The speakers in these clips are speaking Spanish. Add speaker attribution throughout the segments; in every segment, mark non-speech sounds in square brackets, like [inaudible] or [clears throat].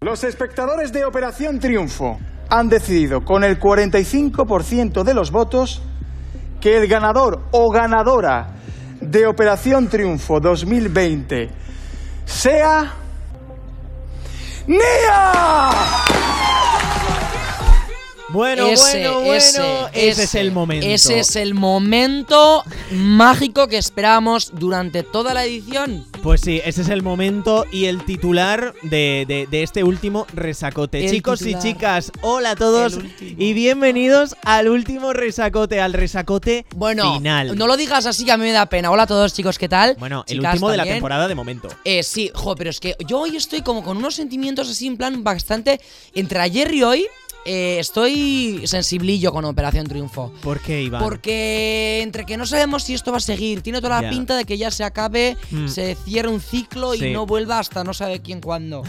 Speaker 1: Los espectadores de Operación Triunfo han decidido con el 45% de los votos que el ganador o ganadora de Operación Triunfo 2020 sea Nia.
Speaker 2: Bueno, bueno, bueno, ese, es el momento.
Speaker 3: Ese es el momento mágico que esperamos durante toda la edición.
Speaker 2: Pues sí, ese es el momento y el titular de, de- de este último resacote.
Speaker 3: El
Speaker 2: Chicos
Speaker 3: titular.
Speaker 2: y chicas, hola a todos
Speaker 3: El último.
Speaker 2: y bienvenidos al último resacote, al resacote
Speaker 3: Bueno,
Speaker 2: final.
Speaker 3: no lo digas así que a mí me da pena. Hola a todos, chicos, ¿qué tal?
Speaker 2: bueno, el
Speaker 3: Chicas,
Speaker 2: último de la
Speaker 3: ¿también?
Speaker 2: temporada de momento.
Speaker 3: Eh, sí, jo, pero es que yo hoy estoy como con unos sentimientos así en plan bastante. Entre ayer y hoy eh, estoy sensiblillo con Operación Triunfo.
Speaker 2: ¿Por qué, Iván?
Speaker 3: Porque entre que no sabemos si esto va a seguir, tiene toda la
Speaker 2: Ya.
Speaker 3: pinta de que ya se acabe,
Speaker 2: Mm.
Speaker 3: se cierre un ciclo
Speaker 2: Sí.
Speaker 3: y no vuelva hasta no sabe
Speaker 2: [laughs]
Speaker 3: quién cuándo.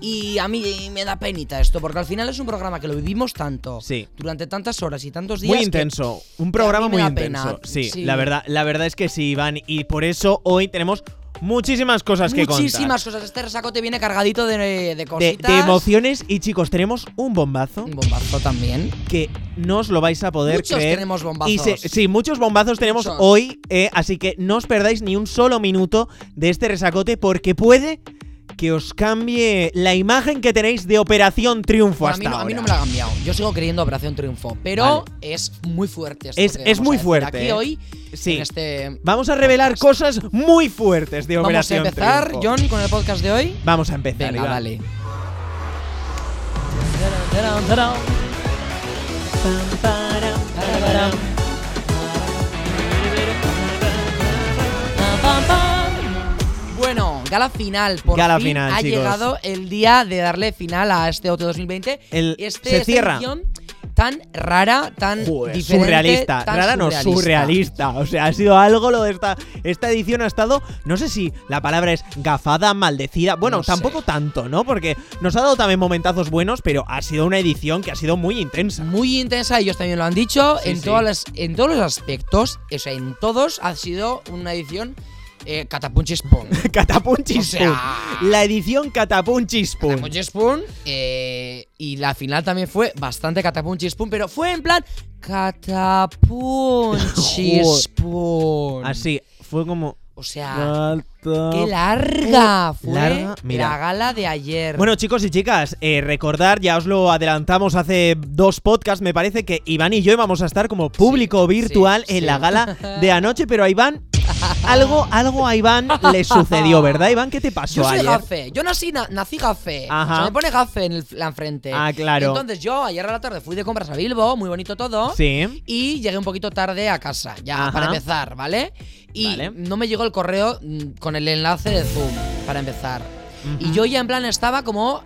Speaker 3: y a mí me da penita esto, porque al final es un programa que lo vivimos tanto,
Speaker 2: Sí.
Speaker 3: durante tantas horas y tantos días.
Speaker 2: Muy
Speaker 3: que-
Speaker 2: intenso, un programa
Speaker 3: a mí
Speaker 2: muy
Speaker 3: me da
Speaker 2: intenso.
Speaker 3: pena,
Speaker 2: Sí,
Speaker 3: sí.
Speaker 2: la verdad, la verdad es que sí, Iván, y por eso hoy tenemos muchísimas cosas que contar.
Speaker 3: Muchísimas cosas. Este resacote viene cargadito de, de
Speaker 2: de,
Speaker 3: cositas.
Speaker 2: de emociones y chicos, tenemos un bombazo
Speaker 3: Un bombazo también.
Speaker 2: que no os lo vais a poder
Speaker 3: Muchos
Speaker 2: creer.
Speaker 3: tenemos bombazos.
Speaker 2: Y se- sí, muchos bombazos tenemos
Speaker 3: Muchos.
Speaker 2: hoy, eh, así que no os perdáis ni un solo minuto de este resacote porque puede que os cambie la imagen que tenéis de Operación Triunfo
Speaker 3: Bueno, Pues a,
Speaker 2: hasta
Speaker 3: mí no,
Speaker 2: ahora.
Speaker 3: a mí no me la ha cambiado. Yo sigo creyendo Operación Triunfo, pero es muy fuerte. Esto
Speaker 2: Es-
Speaker 3: que
Speaker 2: es
Speaker 3: vamos
Speaker 2: muy
Speaker 3: a decir
Speaker 2: fuerte,
Speaker 3: Aquí
Speaker 2: ¿eh?
Speaker 3: hoy,
Speaker 2: Sí.
Speaker 3: en este.
Speaker 2: Vamos a revelar cosas muy fuertes de
Speaker 3: Vamos a
Speaker 2: Operación
Speaker 3: empezar,
Speaker 2: Triunfo.
Speaker 3: John, con el podcast de hoy.
Speaker 2: Vamos a empezar.
Speaker 3: Venga,
Speaker 2: Iván.
Speaker 3: dale. Bueno, gala final. Por
Speaker 2: Gala
Speaker 3: fin
Speaker 2: final,
Speaker 3: ha
Speaker 2: chicos.
Speaker 3: llegado el día de darle final a este Otto 2020.
Speaker 2: El-
Speaker 3: este,
Speaker 2: se
Speaker 3: esta
Speaker 2: cierra.
Speaker 3: edición tan rara, tan
Speaker 2: Joder,
Speaker 3: diferente,
Speaker 2: surrealista.
Speaker 3: tan
Speaker 2: Rara no, surrealista. O sea, ha sido algo lo de esta. Esta edición ha estado. No sé si la palabra es gafada, maldecida. Bueno,
Speaker 3: No sé.
Speaker 2: tampoco tanto, ¿no? Porque nos ha dado también momentazos buenos, pero ha sido una edición que ha sido muy intensa. [laughs]
Speaker 3: Muy intensa, ellos también lo han dicho,
Speaker 2: Sí,
Speaker 3: en,
Speaker 2: sí.
Speaker 3: Todas las, en todos los aspectos, o sea, en todos ha sido una edición eh,
Speaker 2: [laughs]
Speaker 3: Catapunchis Pong.
Speaker 2: Catapunchispum.
Speaker 3: O sea-
Speaker 2: La edición Catapunchispum.
Speaker 3: Catapunchis Pong, eh, y la final también fue bastante Catapunchis Pong, pero fue en plan
Speaker 2: [laughs]
Speaker 3: Catapunchis Pong.
Speaker 2: Así, fue como.
Speaker 3: O sea, Ah, qué
Speaker 2: Qué
Speaker 3: larga fue
Speaker 2: Eh, Larga, mira.
Speaker 3: la gala de ayer.
Speaker 2: Bueno, chicos y chicas, eh, recordar, ya os lo adelantamos hace dos podcasts, me parece que Iván y yo íbamos a estar como público
Speaker 3: Sí,
Speaker 2: virtual
Speaker 3: sí,
Speaker 2: en
Speaker 3: sí.
Speaker 2: la gala de anoche, pero a
Speaker 3: [laughs]
Speaker 2: Iván, algo, algo a Iván le sucedió, ¿verdad, Iván? ¿Qué te pasó
Speaker 3: Yo soy
Speaker 2: ayer?
Speaker 3: gafe, yo nací, na- nací gafe.
Speaker 2: Ajá.
Speaker 3: O sea, me pone gafe en el- la enfrente.
Speaker 2: Ah, claro.
Speaker 3: Entonces yo ayer a la tarde fui de compras a Bilbo, muy bonito todo.
Speaker 2: Sí.
Speaker 3: Y llegué un poquito tarde a casa, ya
Speaker 2: Ajá.
Speaker 3: para empezar, ¿vale? Y
Speaker 2: Vale.
Speaker 3: no me llegó el correo mm, con el enlace de Zoom para empezar.
Speaker 2: Ujú.
Speaker 3: Y yo ya en plan estaba como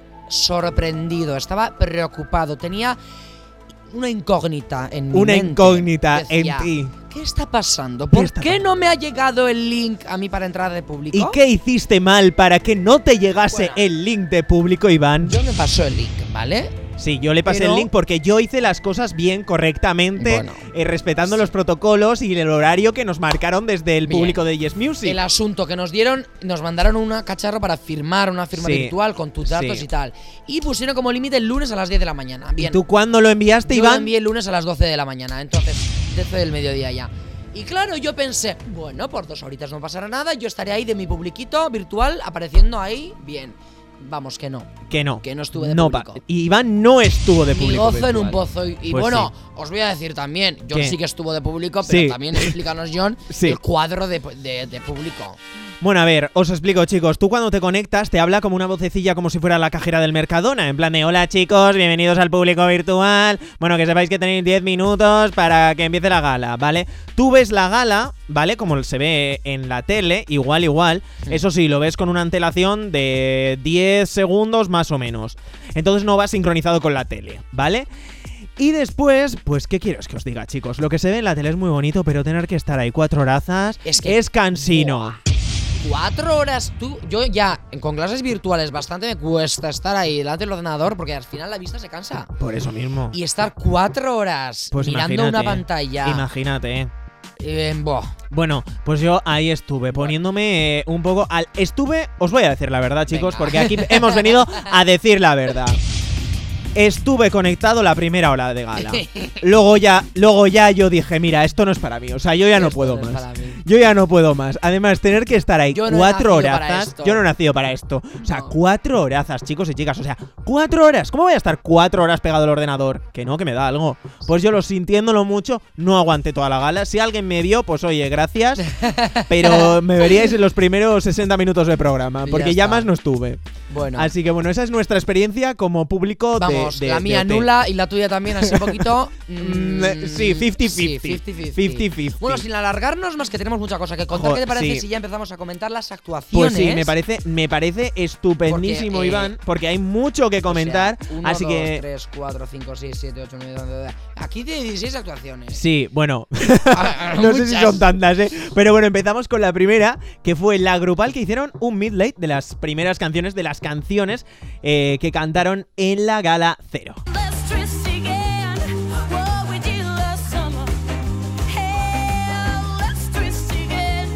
Speaker 3: sorprendido, estaba preocupado, tenía una incógnita en mi
Speaker 2: Una
Speaker 3: mente.
Speaker 2: incógnita en
Speaker 3: Decía,
Speaker 2: ti.
Speaker 3: ¿Qué está pasando? ¿Por qué,
Speaker 2: está pasando?
Speaker 3: no me ha llegado el link a mí para entrar de público?
Speaker 2: ¿Y qué hiciste mal para que no te llegase
Speaker 3: Bueno.
Speaker 2: el link de público, Iván?
Speaker 3: Yo me pasó el link, ¿vale?
Speaker 2: Sí, yo le pasé
Speaker 3: Pero-
Speaker 2: el link porque yo hice las cosas bien, correctamente,
Speaker 3: Bueno.
Speaker 2: eh, respetando los protocolos y el horario que nos marcaron desde el
Speaker 3: Bien.
Speaker 2: público de Yes Music.
Speaker 3: El asunto que nos dieron, nos mandaron una cacharro para firmar una firma
Speaker 2: Sí,
Speaker 3: virtual con tus datos
Speaker 2: sí.
Speaker 3: y tal. Y pusieron como límite el lunes a las 10 de la mañana.
Speaker 2: ¿Y
Speaker 3: Bien.
Speaker 2: tú cuándo lo enviaste,
Speaker 3: yo lo
Speaker 2: Iván?
Speaker 3: envié el lunes a las 12 de la mañana, entonces 12 del mediodía ya. Y claro, yo pensé, bueno, por dos horitas no pasará nada, yo estaré ahí de mi publiquito virtual apareciendo ahí, bien. Vamos, que no.
Speaker 2: Que no.
Speaker 3: Que no estuve de
Speaker 2: no, pa-
Speaker 3: público.
Speaker 2: Iván no estuvo de
Speaker 3: Mi
Speaker 2: público.
Speaker 3: gozo en un
Speaker 2: virtual.
Speaker 3: pozo. Y, y
Speaker 2: Pues
Speaker 3: bueno, os voy a decir también, John
Speaker 2: ¿Qué?
Speaker 3: sí que estuvo de público, pero
Speaker 2: Sí.
Speaker 3: también explícanos, John,
Speaker 2: [laughs] Sí.
Speaker 3: el cuadro de, de- de público.
Speaker 2: Bueno, a ver, os explico, chicos. Tú cuando te conectas te habla como una vocecilla como si fuera la cajera del Mercadona. En plan de, hola chicos, bienvenidos al público virtual. Bueno, que sepáis que tenéis 10 minutos para que empiece la gala, ¿vale? Tú ves la gala, ¿vale? Como se ve en la tele, igual, igual. Eso sí, lo ves con una antelación de 10 segundos más o menos. Entonces no va sincronizado con la tele, ¿vale? Y después, pues, ¿qué quieres que os diga, chicos? Lo que se ve en la tele es muy bonito, pero tener que estar ahí cuatro horazas
Speaker 3: Es
Speaker 2: es,
Speaker 3: que-
Speaker 2: cansino.
Speaker 3: Cuatro horas, tú, yo ya con clases virtuales bastante me cuesta estar ahí delante del ordenador porque al final la vista se cansa.
Speaker 2: Por eso mismo.
Speaker 3: Y estar cuatro horas
Speaker 2: Pues
Speaker 3: Ah. mirando una
Speaker 2: imagínate,
Speaker 3: pantalla.
Speaker 2: Imagínate.
Speaker 3: Eh, buah.
Speaker 2: Bueno, pues yo ahí estuve, poniéndome eh, un poco al... Estuve, os voy a decir la verdad chicos,
Speaker 3: Venga.
Speaker 2: porque aquí hemos venido a decir la verdad. Estuve conectado la primera hora de
Speaker 3: [laughs]
Speaker 2: gala. Luego ya, luego ya yo dije, mira, esto no es para mí. O sea, yo ya no
Speaker 3: Esto
Speaker 2: puedo
Speaker 3: no es
Speaker 2: más.
Speaker 3: para mí.
Speaker 2: Yo ya no puedo más. Además, tener que estar ahí
Speaker 3: Yo no he
Speaker 2: cuatro
Speaker 3: nacido para
Speaker 2: horas.
Speaker 3: esto.
Speaker 2: Yo no he nacido para esto. O sea,
Speaker 3: No.
Speaker 2: cuatro horazas, chicos y chicas. O sea, cuatro horas. ¿Cómo voy a estar cuatro horas pegado al ordenador? Que no, que me da algo. Pues yo lo sintiéndolo mucho, no aguanté toda la gala. Si alguien me vio, pues oye,
Speaker 3: [laughs]
Speaker 2: gracias. Pero me veríais en los primeros 60 minutos de programa.
Speaker 3: Ya
Speaker 2: Porque ya,
Speaker 3: está.
Speaker 2: más no estuve.
Speaker 3: Bueno.
Speaker 2: Así que bueno, esa es nuestra experiencia como público de-
Speaker 3: Vamos,
Speaker 2: de.
Speaker 3: la
Speaker 2: de
Speaker 3: mía
Speaker 2: OT.
Speaker 3: nula y la tuya también, así un poquito.
Speaker 2: [laughs] Mm,
Speaker 3: mm,
Speaker 2: sí, 50-50.
Speaker 3: 50-50.
Speaker 2: 50-50.
Speaker 3: Bueno, sin alargarnos más, que tenemos mucha cosa que contar.
Speaker 2: Jo,
Speaker 3: ¿Qué te parece
Speaker 2: sí.
Speaker 3: si ya empezamos a comentar las actuaciones?
Speaker 2: Pues sí, me parece, me parece estupendísimo,
Speaker 3: Porque, eh,
Speaker 2: Iván, porque hay mucho que comentar.
Speaker 3: O sea, uno,
Speaker 2: así
Speaker 3: dos,
Speaker 2: que.
Speaker 3: tres, cuatro, cinco, seis, siete, ocho, nueve, doce, doce. Aquí tiene 16 actuaciones.
Speaker 2: Sí,
Speaker 3: [laughs]
Speaker 2: bueno. [laughs]
Speaker 3: Ah,
Speaker 2: no sé si
Speaker 3: muchas.
Speaker 2: son tantas, ¿eh? Pero bueno, empezamos con la primera, que fue la grupal que hicieron un midlate de las primeras canciones, de las canciones eh, que cantaron en la gala cero.
Speaker 4: Let's twist again. What we did last summer. Hey, let's twist again.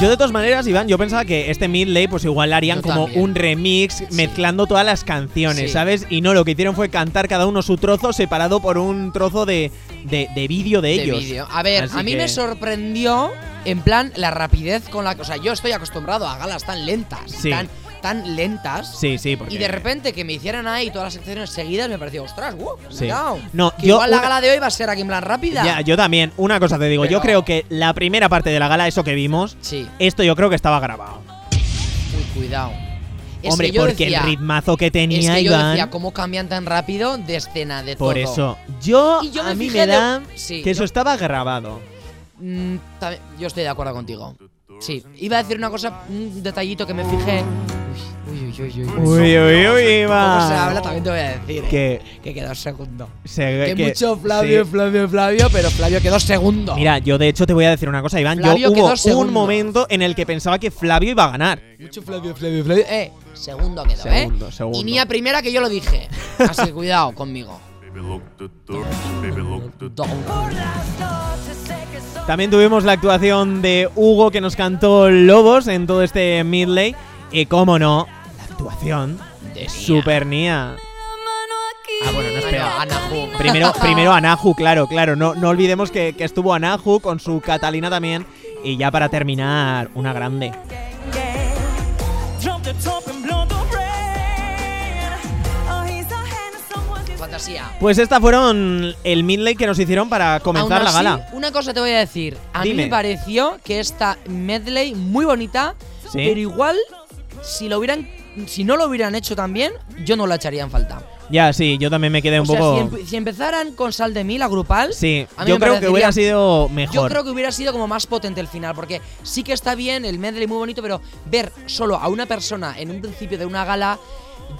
Speaker 2: Yo de todas maneras, Iván, yo pensaba que este midlate pues igual harían
Speaker 3: Yo
Speaker 2: como
Speaker 3: también.
Speaker 2: un remix mezclando todas las canciones,
Speaker 3: Sí.
Speaker 2: ¿sabes? Y no, lo que hicieron fue cantar cada uno su trozo separado por un trozo de, de, de vídeo de,
Speaker 3: de
Speaker 2: ellos.
Speaker 3: vídeo. A ver,
Speaker 2: Así
Speaker 3: a mí
Speaker 2: que-
Speaker 3: me sorprendió, en plan, la rapidez con la que. O sea, yo estoy acostumbrado a galas tan lentas.
Speaker 2: Sí.
Speaker 3: Tan, tan lentas.
Speaker 2: Sí, sí, porque...
Speaker 3: Y de repente que me hicieran ahí todas las secciones seguidas me pareció, ostras, wow,
Speaker 2: Sí.
Speaker 3: cuidado.
Speaker 2: No,
Speaker 3: Que
Speaker 2: yo
Speaker 3: igual la
Speaker 2: una-
Speaker 3: gala de hoy va a ser aquí en plan rápida.
Speaker 2: Ya, yo también. Una cosa te digo, yo
Speaker 3: Pero-
Speaker 2: creo que la primera parte de la gala, eso que vimos,
Speaker 3: Sí,
Speaker 2: esto yo creo que estaba grabado.
Speaker 3: uy, cuidado. Es
Speaker 2: Hombre,
Speaker 3: que yo
Speaker 2: porque
Speaker 3: decía-
Speaker 2: el ritmazo que
Speaker 3: es que
Speaker 2: tenía
Speaker 3: yo
Speaker 2: Iván.
Speaker 3: decía, ¿cómo cambian tan rápido de escena de
Speaker 2: por
Speaker 3: todo?
Speaker 2: eso. Yo,
Speaker 3: Y yo me
Speaker 2: a mí
Speaker 3: fijé
Speaker 2: me
Speaker 3: de-
Speaker 2: da
Speaker 3: sí,
Speaker 2: que eso
Speaker 3: yo-
Speaker 2: estaba grabado.
Speaker 3: Mm, también- yo estoy de acuerdo contigo. Sí, iba a decir una cosa, un detallito que me fijé. Uy, uy, uy, uy. uy.
Speaker 2: Uy, uy, uy,
Speaker 3: Cómo se
Speaker 2: Iván.
Speaker 3: habla también te voy a decir. eh,
Speaker 2: Que
Speaker 3: que quedó segundo.
Speaker 2: se
Speaker 3: Que, mucho Flavio,
Speaker 2: sí.
Speaker 3: Flavio, Flavio, pero Flavio quedó segundo.
Speaker 2: Mira, yo de hecho te voy a decir una cosa, Iván.
Speaker 3: Flavio
Speaker 2: yo
Speaker 3: quedó
Speaker 2: hubo un
Speaker 3: segundo.
Speaker 2: momento en el que pensaba que Flavio iba a ganar.
Speaker 3: Mucho Flavio, Flavio, Flavio. Eh, segundo quedó, ¿eh?
Speaker 2: Segundo, segundo.
Speaker 3: Y ni a primera que yo lo dije. Así que cuidado conmigo.
Speaker 5: Baby, look the door. Baby, look the door.
Speaker 3: Down.
Speaker 4: Our last thought to take us all.
Speaker 2: También tuvimos la actuación de Hugo que nos cantó Lobos en todo este midley. Y cómo no, la actuación de
Speaker 3: De Nia.
Speaker 2: Super Nia.
Speaker 4: La mano aquí.
Speaker 2: Ah, bueno, no, espera.
Speaker 3: Anahu. [laughs]
Speaker 2: Primero, primero Anahu, claro, claro. No, no olvidemos que, que estuvo Anahu con su Catalina también. Y ya para terminar, una grande.
Speaker 4: Drop the top and blow the rain. Oh, he's a hand of someone's
Speaker 3: Fantasía.
Speaker 2: Pues estas fueron el midley que nos hicieron para comenzar
Speaker 3: Aún
Speaker 2: la
Speaker 3: así,
Speaker 2: gala.
Speaker 3: Una cosa te voy a decir. A mí
Speaker 2: Dime.
Speaker 3: me pareció que esta medley muy bonita,
Speaker 2: Sí.
Speaker 3: pero igual si lo hubieran si no lo hubieran hecho también, yo no la echaría en falta.
Speaker 2: Ya, sí, yo también me quedé
Speaker 3: O
Speaker 2: un
Speaker 3: sea,
Speaker 2: poco.
Speaker 3: si, empe- si empezaran con Sal de Mí, la grupal,
Speaker 2: Sí,
Speaker 3: a mí
Speaker 2: yo
Speaker 3: me
Speaker 2: creo que
Speaker 3: parecería-
Speaker 2: hubiera sido
Speaker 3: Yo
Speaker 2: mejor.
Speaker 3: creo que hubiera sido como más potente el final, porque sí que está bien el medley muy bonito, pero ver solo a una persona en un principio de una gala,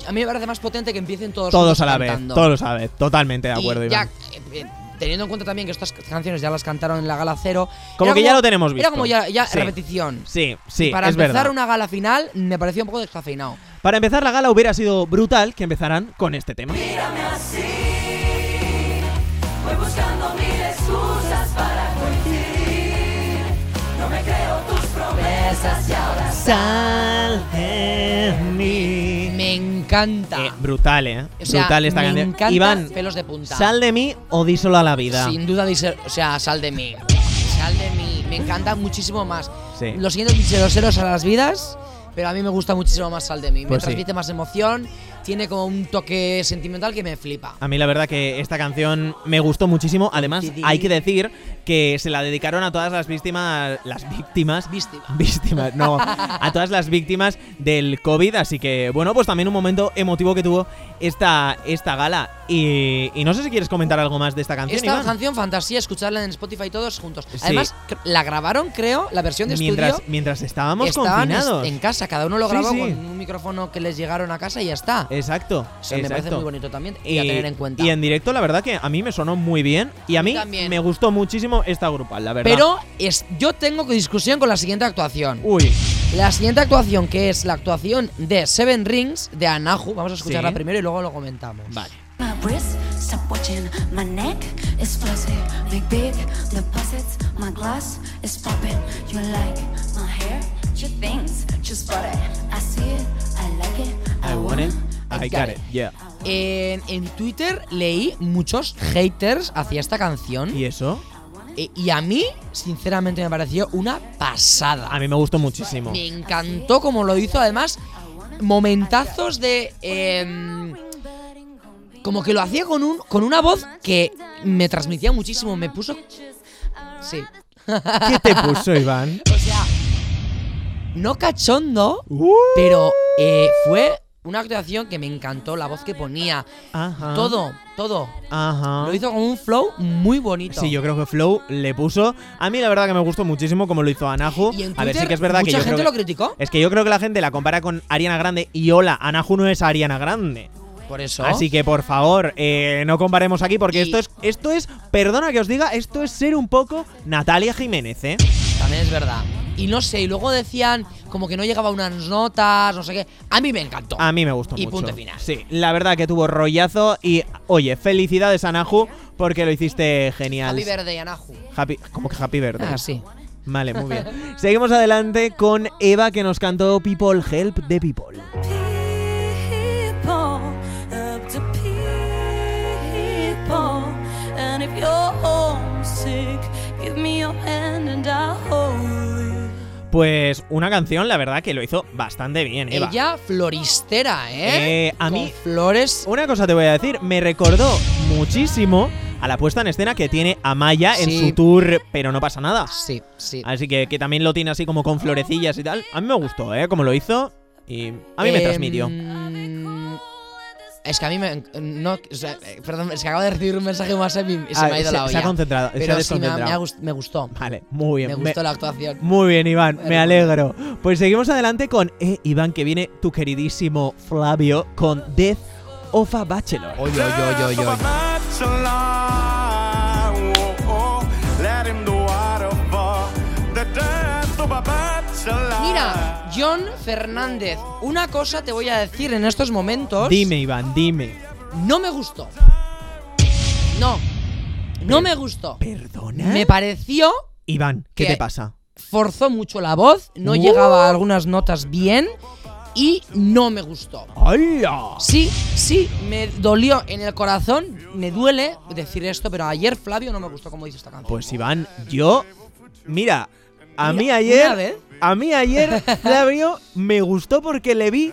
Speaker 3: a mí me parece más potente que empiecen todos
Speaker 2: Todos
Speaker 3: juntos
Speaker 2: a la vez,
Speaker 3: cantando.
Speaker 2: todos a la vez. Totalmente de
Speaker 3: Y
Speaker 2: acuerdo,
Speaker 3: ya,
Speaker 2: Iván.
Speaker 3: eh, eh, Teniendo en cuenta también que estas canciones ya las cantaron en la gala cero.
Speaker 2: Como
Speaker 3: era
Speaker 2: que ya lo tenemos visto.
Speaker 3: Era como ya, ya
Speaker 2: Sí.
Speaker 3: repetición.
Speaker 2: Sí, sí,
Speaker 3: Para
Speaker 2: es
Speaker 3: empezar
Speaker 2: verdad.
Speaker 3: una gala final me parecía un poco descafeinado.
Speaker 2: Para empezar la gala hubiera sido brutal que empezaran con este tema.
Speaker 4: Mírame así, voy buscando mil excusas para coincidir. No me creo tus promesas y ahora sí.
Speaker 3: Me encanta.
Speaker 2: Eh, brutal, eh.
Speaker 3: O sea,
Speaker 2: brutal esta
Speaker 3: me
Speaker 2: canción.
Speaker 3: encanta
Speaker 2: Iván,
Speaker 3: pelos de punta.
Speaker 2: sal de mí o díselo a la vida.
Speaker 3: Sin duda, dice- o sea, sal de mí. Sal de mí. Me encanta muchísimo más.
Speaker 2: Sí.
Speaker 3: Lo siguiente es Dicheroseros a las vidas, pero a mí me gusta muchísimo más sal de mí. Me
Speaker 2: Pues sí.
Speaker 3: transmite más emoción, tiene como un toque sentimental que me flipa.
Speaker 2: A mí la verdad que esta canción me gustó muchísimo. Además,
Speaker 3: Sí, sí.
Speaker 2: hay que decir que se la dedicaron a todas las víctimas, las víctimas,
Speaker 3: Víctima.
Speaker 2: víctimas, no, a todas las víctimas del COVID. Así que, bueno, pues también un momento emotivo que tuvo esta, esta gala. Y, y no sé si quieres comentar algo más de esta canción,
Speaker 3: Esta
Speaker 2: Iván.
Speaker 3: canción fantasía, escucharla en Spotify todos juntos.
Speaker 2: Sí.
Speaker 3: Además, cr- la grabaron, creo, la versión de
Speaker 2: mientras,
Speaker 3: estudio.
Speaker 2: mientras estábamos
Speaker 3: estaban est-
Speaker 2: confinados.
Speaker 3: en casa, cada uno lo
Speaker 2: Sí,
Speaker 3: grabó
Speaker 2: sí.
Speaker 3: con un micrófono que les llegaron a casa y ya está.
Speaker 2: Exacto.
Speaker 3: O sea, me
Speaker 2: exacto.
Speaker 3: parece muy bonito también y a tener en cuenta.
Speaker 2: y en directo, la verdad que a mí me sonó muy bien. Y a mí
Speaker 3: también.
Speaker 2: me gustó muchísimo esta grupal, la verdad. Uh.
Speaker 3: Pero es, yo tengo discusión con la siguiente actuación.
Speaker 2: Uy,
Speaker 3: La siguiente actuación, que es la actuación de Seven Rings de Anahu, vamos a escucharla
Speaker 2: Sí.
Speaker 3: primero y luego lo comentamos.
Speaker 2: vale.
Speaker 4: My wrist
Speaker 6: Stop watching. My neck is flossy. Make big deposits. My gloss is popping. You like my hair? Your things. Just bought it. I see it. I like it. I, want it.
Speaker 2: I got it. Yeah.
Speaker 3: En, Eh, en Twitter leí muchos haters hacia esta canción.
Speaker 2: ¿Y eso?
Speaker 3: E- Y a mí, sinceramente, me pareció una pasada.
Speaker 2: A mí me gustó muchísimo.
Speaker 3: Me encantó como lo hizo, además, momentazos de... em, como que lo hacía con, un, con una voz que me transmitía muchísimo, me puso... Sí.
Speaker 2: ¿Qué te puso,
Speaker 3: [laughs]
Speaker 2: Iván?
Speaker 3: O sea, no cachondo,
Speaker 2: Uh,
Speaker 3: pero eh, fue una actuación que me encantó, la voz que ponía,
Speaker 2: Ajá.
Speaker 3: todo, todo.
Speaker 2: Ajá.
Speaker 3: Lo hizo con un flow muy bonito.
Speaker 2: Sí, yo creo que Flow le puso. A mí la verdad que me gustó muchísimo como lo hizo Anahu.
Speaker 3: Y en
Speaker 2: a ver, sí
Speaker 3: Twitter
Speaker 2: que es verdad que
Speaker 3: mucha
Speaker 2: yo
Speaker 3: gente
Speaker 2: creo
Speaker 3: lo
Speaker 2: que- eh,
Speaker 3: criticó.
Speaker 2: Es que yo creo que la gente la compara con Ariana Grande y hola, Anahu no es Ariana Grande.
Speaker 3: Por eso.
Speaker 2: Así que por favor, eh, no comparemos aquí porque
Speaker 3: Y-
Speaker 2: esto es, esto es, perdona que os diga, esto es ser un poco Natalia Jiménez, ¿eh?
Speaker 3: También es verdad. Y no sé, y luego decían como que no llegaba a unas notas, no sé qué. A mí me encantó.
Speaker 2: A mí me gustó
Speaker 3: Y
Speaker 2: mucho.
Speaker 3: punto final.
Speaker 2: Sí, la verdad que tuvo rollazo y oye, felicidades Anahu porque lo hiciste genial.
Speaker 3: Happy Verde y Anahu.
Speaker 2: Happy, como que Happy Verde.
Speaker 3: Ah, sí.
Speaker 2: Vale, muy bien. Seguimos adelante con Eva que nos cantó People Help de People.
Speaker 6: People. Up to people. And if you're homesick, give me your hand and I'll hold you.
Speaker 2: Pues una canción, la verdad que lo hizo bastante bien, Eva.
Speaker 3: Ella floristera, ¿eh?
Speaker 2: Eh, a
Speaker 3: Con
Speaker 2: mí-
Speaker 3: Flores.
Speaker 2: Una cosa te voy a decir, me recordó muchísimo a la puesta en escena que tiene Amaya en
Speaker 3: Sí.
Speaker 2: su tour, pero no pasa nada.
Speaker 3: Sí, sí.
Speaker 2: Así que, que también lo tiene así como con florecillas y tal. A mí me gustó, ¿eh? Como lo hizo. Y a mí me
Speaker 3: Em,
Speaker 2: transmitió.
Speaker 3: Es que a mí me. No, o sea, eh, perdón, es que acabo de recibir un mensaje más y me- y se
Speaker 2: Ah,
Speaker 3: me ha ido
Speaker 2: se-
Speaker 3: la olla.
Speaker 2: se ha concentrado, se ha
Speaker 3: Pero sí, me, ha-
Speaker 2: desconcentrado.
Speaker 3: me ha gust- me gustó.
Speaker 2: Vale, muy
Speaker 3: Me
Speaker 2: bien.
Speaker 3: gustó la actuación.
Speaker 2: Muy bien, Iván, me
Speaker 3: Bueno.
Speaker 2: alegro. Pues seguimos adelante con eh, Iván, que viene tu queridísimo Flavio con Death of a Bachelor.
Speaker 3: Oy, oy, oy, oy, oy. Mira, John Fernández, una cosa te voy a decir en estos momentos.
Speaker 2: Dime, Iván, dime.
Speaker 3: No me gustó. No. No me gustó.
Speaker 2: ¿Perdona?
Speaker 3: Me pareció.
Speaker 2: Iván, ¿qué
Speaker 3: ¿Qué?
Speaker 2: te pasa?
Speaker 3: Forzó mucho la voz. No
Speaker 2: Uh.
Speaker 3: llegaba a algunas notas bien. Y no me gustó.
Speaker 2: ¡Hola!
Speaker 3: Sí, sí, me dolió en el corazón. Me duele decir esto, pero ayer Flavio no me gustó como hizo esta canción.
Speaker 2: Pues Iván, yo. Mira, a mí
Speaker 3: Mira, una
Speaker 2: ayer.
Speaker 3: vez.
Speaker 2: A mí
Speaker 3: [laughs]
Speaker 2: ayer, Flavio, me gustó porque le vi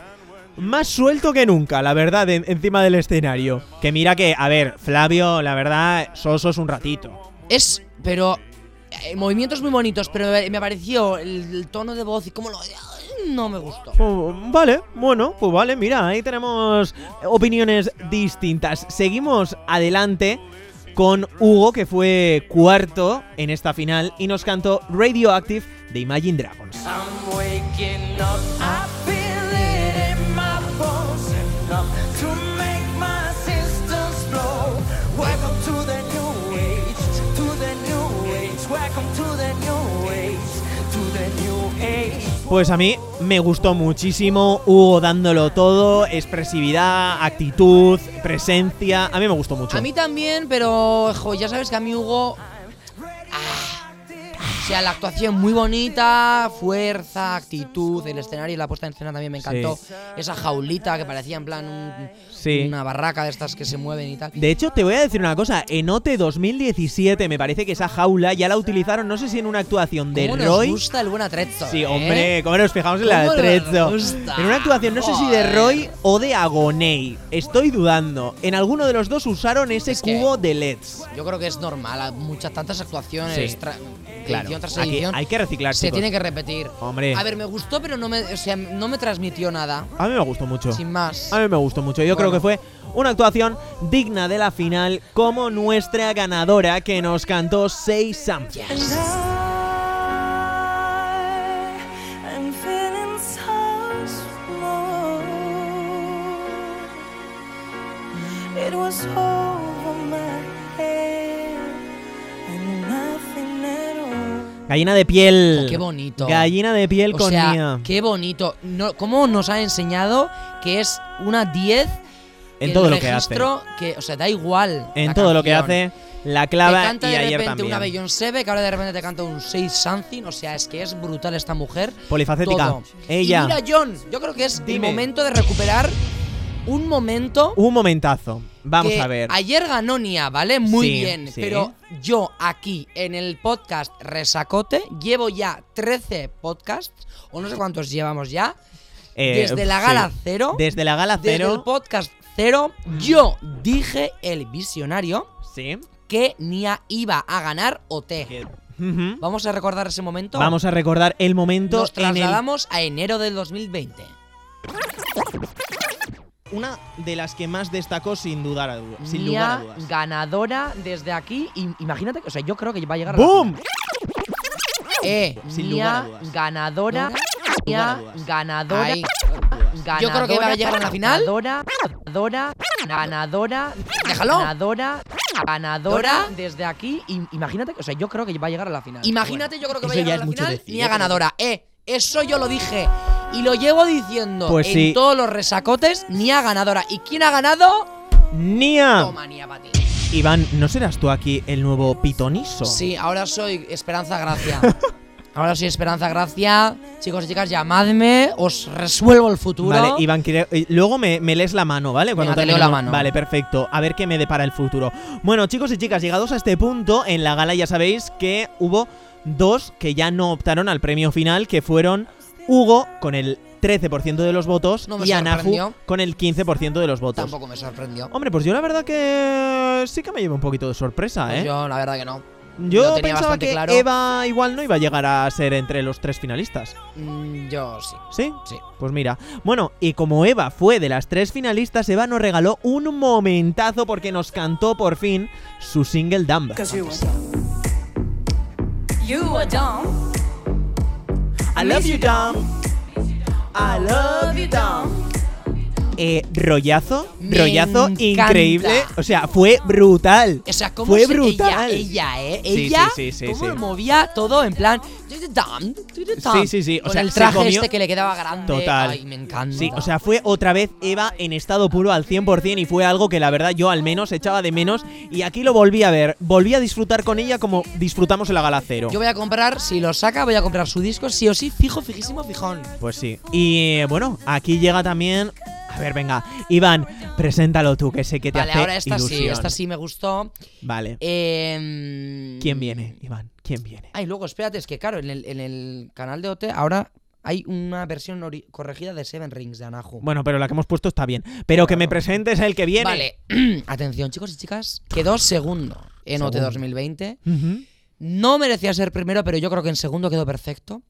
Speaker 2: más suelto que nunca, la verdad, en- encima del escenario. Que mira que, a ver, Flavio, la verdad, soso es un ratito.
Speaker 3: Es, pero. eh, movimientos muy bonitos, pero me, me pareció el, el tono de voz y cómo lo. No me gustó.
Speaker 2: Oh, Vale, bueno, pues vale, mira, ahí tenemos opiniones distintas. Seguimos adelante con Hugo, que fue cuarto en esta final y nos cantó Radioactive de Imagine Dragons. Pues a mí me gustó muchísimo, Hugo dándolo todo, expresividad, actitud, presencia, a mí me gustó mucho.
Speaker 3: A mí también, pero jo, ya sabes que a mí Hugo. ah, o sea, la actuación muy bonita, fuerza, actitud, el escenario y la puesta en escena también me encantó.
Speaker 2: Sí.
Speaker 3: Esa jaulita que parecía en plan un-
Speaker 2: Sí.
Speaker 3: una barraca de estas que se mueven y tal.
Speaker 2: De hecho, te voy a decir una cosa, en OT 2017 me parece que esa jaula ya la utilizaron, no sé si en una actuación de
Speaker 3: ¿Cómo
Speaker 2: Roy...
Speaker 3: nos gusta el buen atrezzo?
Speaker 2: Sí,
Speaker 3: ¿eh?
Speaker 2: hombre, como nos fijamos en
Speaker 3: ¿Cómo
Speaker 2: la
Speaker 3: nos
Speaker 2: atrezo.
Speaker 3: gusta?
Speaker 2: En una actuación, no sé si de
Speaker 3: Joder.
Speaker 2: Roy o de Agonei. Estoy dudando. En alguno de los dos usaron ese
Speaker 3: Es que-
Speaker 2: cubo de E LEDs.
Speaker 3: Yo creo que es normal, hay muchas tantas actuaciones,
Speaker 2: Sí,
Speaker 3: tra-
Speaker 2: Claro.
Speaker 3: edición tras
Speaker 2: Aquí
Speaker 3: edición,
Speaker 2: hay que reciclar,
Speaker 3: se
Speaker 2: chicos.
Speaker 3: tiene que repetir.
Speaker 2: Hombre.
Speaker 3: A ver, me gustó, pero no me, o sea, no me transmitió nada,
Speaker 2: A mí me gustó mucho.
Speaker 3: sin más.
Speaker 2: A mí me gustó mucho. Yo creo
Speaker 3: Bueno.
Speaker 2: que fue una actuación digna de la final como nuestra ganadora que nos cantó Say Something.
Speaker 3: Yes.
Speaker 6: I am feeling so slow. It was over my head and nothing at all.
Speaker 2: Gallina de piel.
Speaker 3: Oh, qué bonito.
Speaker 2: Gallina de piel
Speaker 3: O
Speaker 2: con
Speaker 3: sea,
Speaker 2: Nia.
Speaker 3: qué bonito. No, ¿Cómo nos ha enseñado que es una 10
Speaker 2: en
Speaker 3: el
Speaker 2: todo lo que hace.
Speaker 3: registro que, o sea, da igual.
Speaker 2: En
Speaker 3: la
Speaker 2: todo lo que
Speaker 3: canción.
Speaker 2: hace, la
Speaker 3: Te
Speaker 2: clava
Speaker 3: canta
Speaker 2: y
Speaker 3: de
Speaker 2: ayer
Speaker 3: repente
Speaker 2: también.
Speaker 3: una Beyoncé, que ahora de repente te canta un 6 something, o sea, es que es brutal esta mujer.
Speaker 2: Polifacética.
Speaker 3: Todo.
Speaker 2: Ella.
Speaker 3: Y mira, John, yo creo que es
Speaker 2: Dime.
Speaker 3: el momento de recuperar un momento
Speaker 2: Un momentazo. Vamos
Speaker 3: que
Speaker 2: a ver.
Speaker 3: Ayer ganó Nia, ¿vale? Muy
Speaker 2: Sí,
Speaker 3: bien.
Speaker 2: sí.
Speaker 3: Pero yo aquí en el podcast Resacote llevo ya 13 podcasts, o no sé cuántos llevamos ya.
Speaker 2: Eh,
Speaker 3: desde la gala
Speaker 2: sí.
Speaker 3: cero.
Speaker 2: Desde la gala
Speaker 3: Desde el
Speaker 2: cero.
Speaker 3: podcast cero, yo dije el visionario
Speaker 2: Sí.
Speaker 3: que Nia iba a ganar OT.
Speaker 2: Que- Ujú.
Speaker 3: Vamos a recordar ese momento.
Speaker 2: Vamos a recordar el momento
Speaker 3: Nos
Speaker 2: en el
Speaker 3: trasladamos a enero del 2020.
Speaker 2: Una de las que más destacó sin dudar a duda- sin
Speaker 3: Nia,
Speaker 2: lugar a dudas.
Speaker 3: ganadora desde aquí. y- Imagínate que, o sea, yo creo que va a llegar a la
Speaker 2: ¡Boom!
Speaker 3: Eh,
Speaker 2: Sin lugar a
Speaker 3: Nia
Speaker 2: dudas.
Speaker 3: ganadora.
Speaker 2: Sin lugar a
Speaker 3: Nia
Speaker 2: dudas.
Speaker 3: ganadora.
Speaker 2: Ahí.
Speaker 3: ganadora. Yo creo que va a llegar a la final. Ganadora. Ganadora. Ganadora.
Speaker 7: Déjalo.
Speaker 3: Ganadora. Ganadora. Desde aquí. im- Imagínate que, o sea, yo creo que va a llegar a la final. Imagínate, yo creo
Speaker 2: que va a eso llegar ya a la es mucho final. decir,
Speaker 3: Nia
Speaker 2: yo creo.
Speaker 3: ganadora. Eh, eso yo lo dije. Y lo llevo diciendo
Speaker 2: Pues
Speaker 3: en
Speaker 2: sí.
Speaker 3: todos los resacotes. Nia ganadora. ¿Y quién ha ganado?
Speaker 2: Nia.
Speaker 3: Toma, Nia, para ti.
Speaker 2: Iván, ¿no serás tú aquí el nuevo pitoniso?
Speaker 3: Sí, ahora soy
Speaker 2: [laughs]
Speaker 3: Esperanza Gracia. ahora soy Esperanza Gracia. Chicos y chicas, llamadme, os resuelvo el futuro.
Speaker 2: Vale, Iván, creo- eh, luego me, me lees la mano, ¿vale?
Speaker 3: Venga, te leo
Speaker 2: terminemos.
Speaker 3: la mano.
Speaker 2: Vale, perfecto. A ver qué me depara el futuro. Bueno, chicos y chicas, llegados a este punto, en la gala ya sabéis que hubo dos que ya no optaron al premio final, que fueron Hugo con el 13% de los votos
Speaker 3: No me
Speaker 2: y Anahu
Speaker 3: sorprendió.
Speaker 2: con el 15% de los votos.
Speaker 3: Tampoco me sorprendió.
Speaker 2: Hombre, pues yo la verdad que sí que me llevo un poquito de sorpresa,
Speaker 3: Pues
Speaker 2: ¿eh?
Speaker 3: Yo, la verdad que no.
Speaker 2: Yo
Speaker 3: lo tenía
Speaker 2: pensaba
Speaker 3: bastante
Speaker 2: que
Speaker 3: claro.
Speaker 2: Eva igual no iba a llegar a ser entre los tres finalistas.
Speaker 3: Mm, Yo sí.
Speaker 2: ¿Sí?
Speaker 3: Sí.
Speaker 2: Pues mira. Bueno, y como Eva fue de las tres finalistas, Eva nos regaló un momentazo porque nos cantó por fin su single Dumb.
Speaker 6: You are dumb.
Speaker 2: I love you, Dumb. I love you, Dumb. Eh, rollazo,
Speaker 3: Me
Speaker 2: rollazo
Speaker 3: encanta.
Speaker 2: increíble. O sea, fue brutal.
Speaker 3: O sea, ¿cómo
Speaker 2: fue
Speaker 3: se-
Speaker 2: brutal.
Speaker 3: Ella, ella, ¿eh?
Speaker 2: Sí,
Speaker 3: Ella,
Speaker 2: sí, sí, sí,
Speaker 3: cómo
Speaker 2: sí.
Speaker 3: lo movía todo en plan... "Do the dumb, do the dumb",
Speaker 2: Sí, sí, sí, o
Speaker 3: con
Speaker 2: sea,
Speaker 3: el
Speaker 2: se
Speaker 3: traje
Speaker 2: comió-
Speaker 3: este que le quedaba grande.
Speaker 2: Total.
Speaker 3: Ay, me encanta.
Speaker 2: Sí, o sea, fue otra vez Eva en estado puro al 100% y fue algo que la verdad yo al menos echaba de menos y aquí lo volví a ver, volví a disfrutar con ella como disfrutamos en la gala cero.
Speaker 3: Yo voy a comprar, si lo saca, voy a comprar su disco, sí o sí, fijo, fijísimo, fijón.
Speaker 2: Pues sí. Y bueno, aquí llega también... A ver, venga, Iván, preséntalo tú, que sé que te
Speaker 3: Vale,
Speaker 2: hace
Speaker 3: ahora esta
Speaker 2: ilusión.
Speaker 3: sí, esta sí me gustó.
Speaker 2: Vale.
Speaker 3: Eh,
Speaker 2: ¿Quién viene, Iván? ¿Quién viene?
Speaker 3: Ay, Ah, luego, espérate, es que claro, en el, en el canal de OT ahora hay una versión ori- corregida de Seven Rings de Anahu.
Speaker 2: Bueno, pero la que hemos puesto está bien. Pero que me presentes el que viene.
Speaker 3: Vale, [clears throat] atención chicos y chicas, quedó segundo en OT 2020.
Speaker 2: Ujú.
Speaker 3: No merecía ser primero, pero yo creo que en segundo quedó perfecto.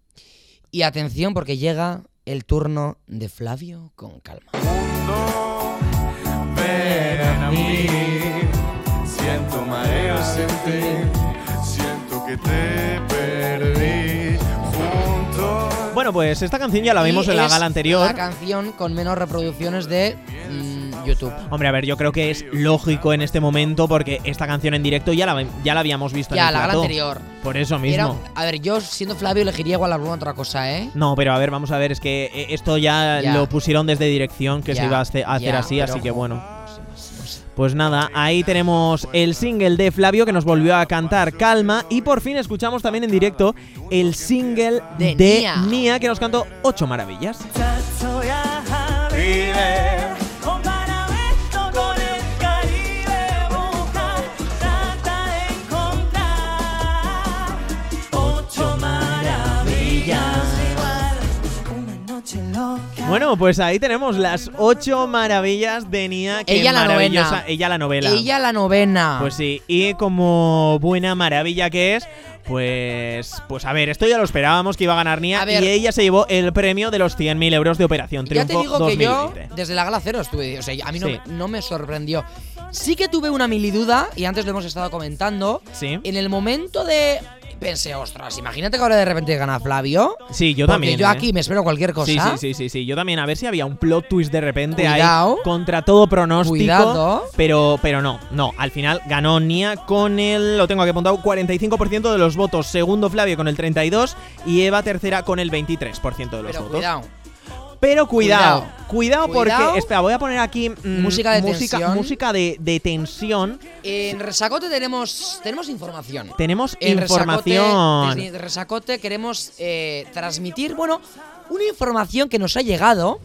Speaker 3: Y atención porque llega el turno de Flavio con calma.
Speaker 8: Ven a mí, siento mareos en ti, siento que te perdí juntos.
Speaker 2: Bueno, pues esta canción ya la vimos
Speaker 3: Y
Speaker 2: en la
Speaker 3: es
Speaker 2: gala anterior.
Speaker 3: La canción con menos reproducciones de mm, YouTube.
Speaker 2: Hombre, a ver, yo creo que es lógico en este momento porque esta canción en directo ya la, ya la habíamos visto en
Speaker 3: Ya,
Speaker 2: el
Speaker 3: la gala
Speaker 2: plató.
Speaker 3: anterior.
Speaker 2: Por eso mismo.
Speaker 3: Era- a ver, yo siendo Flavio elegiría igual alguna otra cosa, ¿eh?
Speaker 2: No, pero a ver, vamos a ver, es que eh, esto ya,
Speaker 3: Ya.
Speaker 2: lo pusieron desde dirección que se
Speaker 3: Ya,
Speaker 2: iba a hace- a hacer
Speaker 3: ya,
Speaker 2: así,
Speaker 3: pero
Speaker 2: así que
Speaker 3: ojo.
Speaker 2: bueno. Pues nada, ahí tenemos el single de Flavio que nos volvió a cantar Calma y por fin escuchamos también en directo el single de,
Speaker 3: De
Speaker 2: Nia.
Speaker 3: Nia.
Speaker 2: que nos cantó Ocho Maravillas. Bueno, pues ahí tenemos las Ocho Maravillas de Nia. que
Speaker 3: Ella la
Speaker 2: maravillosa.
Speaker 3: novena.
Speaker 2: Ella la novela.
Speaker 3: Ella la novena.
Speaker 2: Pues sí, y como buena maravilla que es, pues pues a ver, esto ya lo esperábamos que iba a ganar Nia
Speaker 3: A ver.
Speaker 2: y ella se llevó el premio de los 100.000 euros de Operación
Speaker 3: ya
Speaker 2: Triunfo
Speaker 3: te digo que
Speaker 2: 2020.
Speaker 3: yo desde la gala cero estuve, o sea, a mí no,
Speaker 2: Sí.
Speaker 3: me, no me sorprendió. Sí que tuve una miliduda, y antes lo hemos estado comentando,
Speaker 2: Sí.
Speaker 3: en el momento de... Pensé, ostras, imagínate que ahora de repente gana Flavio.
Speaker 2: Sí, yo
Speaker 3: porque
Speaker 2: también.
Speaker 3: yo
Speaker 2: ¿eh?
Speaker 3: aquí me espero cualquier cosa.
Speaker 2: Sí, sí, sí, sí, sí, yo también. A ver si había un plot twist de repente ahí
Speaker 3: Cuidao.
Speaker 2: contra todo pronóstico.
Speaker 3: Cuidado.
Speaker 2: Pero, pero no, no. Al final ganó Nia con el, lo tengo aquí apuntado, 45% de los votos. Segundo Flavio con el 32% y Eva tercera con el 23% de los
Speaker 3: Pero
Speaker 2: votos.
Speaker 3: cuidado.
Speaker 2: Pero cuidado,
Speaker 3: Cuidado.
Speaker 2: cuidado,
Speaker 3: Cuidado.
Speaker 2: porque. Espera, voy a poner aquí. mm,
Speaker 3: Música de
Speaker 2: música,
Speaker 3: tensión.
Speaker 2: música de, de tensión.
Speaker 3: En Resacote tenemos, tenemos información.
Speaker 2: Tenemos
Speaker 3: En Resacote-
Speaker 2: información.
Speaker 3: desde Resacote queremos eh, transmitir, bueno, una información que nos ha llegado,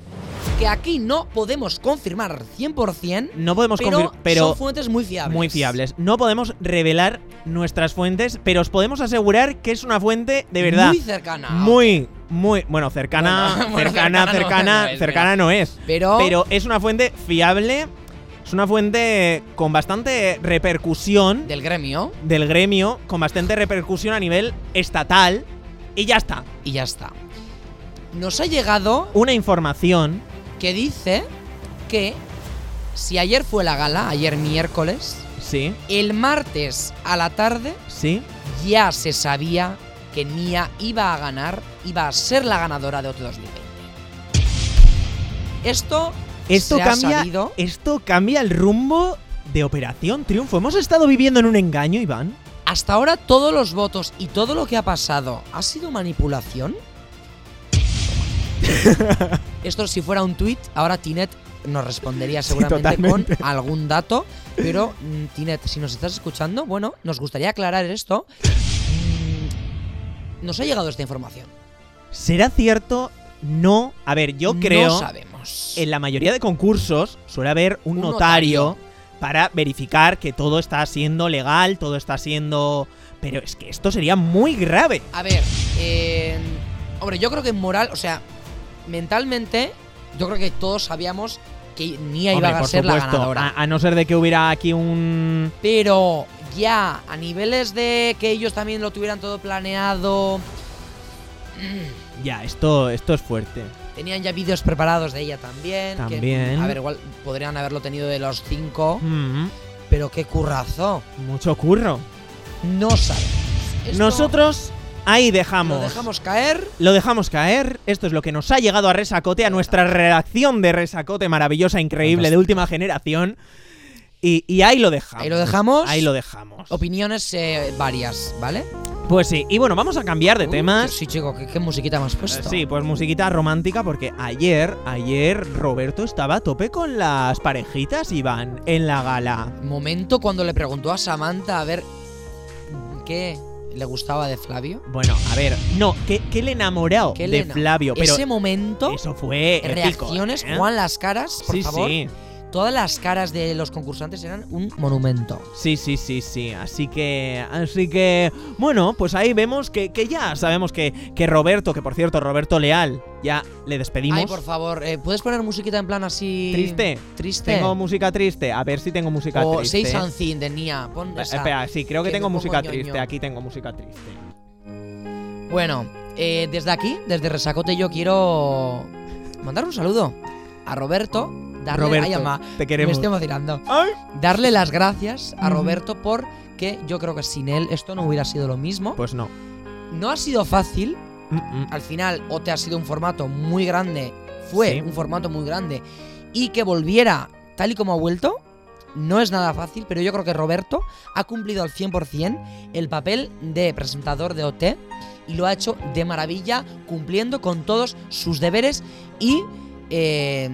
Speaker 3: que aquí no podemos confirmar 100%,
Speaker 2: No podemos
Speaker 3: pero,
Speaker 2: confir- pero
Speaker 3: son fuentes muy fiables.
Speaker 2: muy fiables. No podemos revelar nuestras fuentes, pero os podemos asegurar que es una fuente de verdad.
Speaker 3: Muy cercana.
Speaker 2: Muy, muy, bueno, cercana,
Speaker 3: Bueno, [laughs] bueno,
Speaker 2: cercana,
Speaker 3: cercana no,
Speaker 2: cercana,
Speaker 3: no es,
Speaker 2: cercana no es.
Speaker 3: Pero-
Speaker 2: es una fuente fiable, es una fuente con bastante repercusión
Speaker 3: Del gremio.
Speaker 2: del gremio, con bastante repercusión a nivel estatal y ya está.
Speaker 3: Y ya está. Nos ha llegado
Speaker 2: Una información
Speaker 3: que dice que si ayer fue la gala, ayer miércoles,
Speaker 2: Sí,
Speaker 3: el martes a la tarde
Speaker 2: sí.
Speaker 3: ya se sabía que Nia iba a ganar, iba a ser la ganadora de OT 2020. Esto,
Speaker 2: Esto
Speaker 3: se ha
Speaker 2: cambia,
Speaker 3: sabido.
Speaker 2: esto cambia el rumbo de Operación Triunfo. Hemos estado viviendo en un engaño, Iván.
Speaker 3: Hasta ahora todos los votos y todo lo que ha pasado ha sido manipulación. Esto si fuera un tweet, ahora Tinet nos respondería seguramente con
Speaker 2: totalmente.
Speaker 3: algún dato, pero mm, Tinet, si nos estás escuchando, bueno, nos gustaría aclarar esto. Mm, Nos ha llegado esta información.
Speaker 2: ¿Será cierto? No. A ver, yo
Speaker 3: No
Speaker 2: creo.
Speaker 3: sabemos.
Speaker 2: en la mayoría de concursos suele haber un,
Speaker 3: Un
Speaker 2: notario,
Speaker 3: notario.
Speaker 2: para verificar que todo está siendo legal, todo está siendo. Pero es que esto sería muy grave.
Speaker 3: A ver, eh, hombre, yo creo que moral, o sea, mentalmente, yo creo que todos sabíamos que Nia
Speaker 2: Hombre,
Speaker 3: iba a
Speaker 2: por
Speaker 3: ser la
Speaker 2: supuesto,
Speaker 3: ganadora.
Speaker 2: A, a no ser de que hubiera aquí un.
Speaker 3: Pero ya a niveles de que ellos también lo tuvieran todo planeado,
Speaker 2: Ya, esto, esto es fuerte.
Speaker 3: tenían ya vídeos preparados de ella también. que,
Speaker 2: También.
Speaker 3: a ver, igual podrían haberlo tenido de los cinco,
Speaker 2: Mm,
Speaker 3: pero qué currazo.
Speaker 2: mucho curro.
Speaker 3: No sabemos. Esto
Speaker 2: Nosotros ahí
Speaker 3: lo
Speaker 2: dejamos.
Speaker 3: dejamos caer.
Speaker 2: Lo dejamos caer. Esto es lo que nos ha llegado a Resacote, a nuestra redacción de Resacote maravillosa, increíble, de última generación. Y, y ahí lo dejamos.
Speaker 3: Ahí lo dejamos.
Speaker 2: Ahí lo dejamos.
Speaker 3: Opiniones eh, varias, ¿vale?
Speaker 2: Pues sí, y bueno, vamos a cambiar de
Speaker 3: Uh,
Speaker 2: temas.
Speaker 3: Sí, chico, ¿qué, qué musiquita más puesto?
Speaker 2: Sí, pues musiquita romántica porque ayer, ayer Roberto estaba a tope con las parejitas, Iván, en la gala.
Speaker 3: Momento cuando le preguntó a Samantha a ver qué le gustaba de Flavio.
Speaker 2: Bueno, a ver, no, que, que el enamorado
Speaker 3: ¿Qué
Speaker 2: Oh, de
Speaker 3: Elena?
Speaker 2: Flavio, pero
Speaker 3: Ese momento,
Speaker 2: eso fue épico,
Speaker 3: reacciones,
Speaker 2: ¿eh?
Speaker 3: Juan, las caras, por
Speaker 2: Sí,
Speaker 3: favor.
Speaker 2: sí,
Speaker 3: Todas las caras de los concursantes eran un monumento.
Speaker 2: sí, sí, sí, sí. Así que, así que, bueno, pues ahí vemos que, que ya sabemos que, que Roberto, que por cierto, Roberto Leal, ya le despedimos.
Speaker 3: Ay, por favor, eh, ¿puedes poner musiquita en plan así.
Speaker 2: Triste.
Speaker 3: Triste.
Speaker 2: tengo música triste, a ver si tengo música
Speaker 3: o
Speaker 2: triste.
Speaker 3: Say Something de Nia. Pon
Speaker 2: Eh,
Speaker 3: esa.
Speaker 2: espera, sí, creo que,
Speaker 3: que
Speaker 2: tengo
Speaker 3: me pongo
Speaker 2: música
Speaker 3: ñoño.
Speaker 2: triste. Aquí tengo música triste.
Speaker 3: Bueno, eh, desde aquí, desde Resacote, yo quiero mandar un saludo a Roberto. Darle,
Speaker 2: Roberto,
Speaker 3: ay, ama, este
Speaker 2: te
Speaker 3: me
Speaker 2: queremos.
Speaker 3: estoy emocionando.
Speaker 2: Ay.
Speaker 3: Darle las gracias a Roberto por que yo creo que sin él esto no hubiera sido lo mismo.
Speaker 2: Pues no.
Speaker 3: No ha sido fácil,
Speaker 2: Mm, mm.
Speaker 3: al final OT ha sido un formato muy grande, fue
Speaker 2: Sí.
Speaker 3: un formato muy grande, y que volviera tal y como ha vuelto, no es nada fácil, pero yo creo que Roberto ha cumplido al 100% el papel de presentador de OT y lo ha hecho de maravilla, cumpliendo con todos sus deberes y... eh,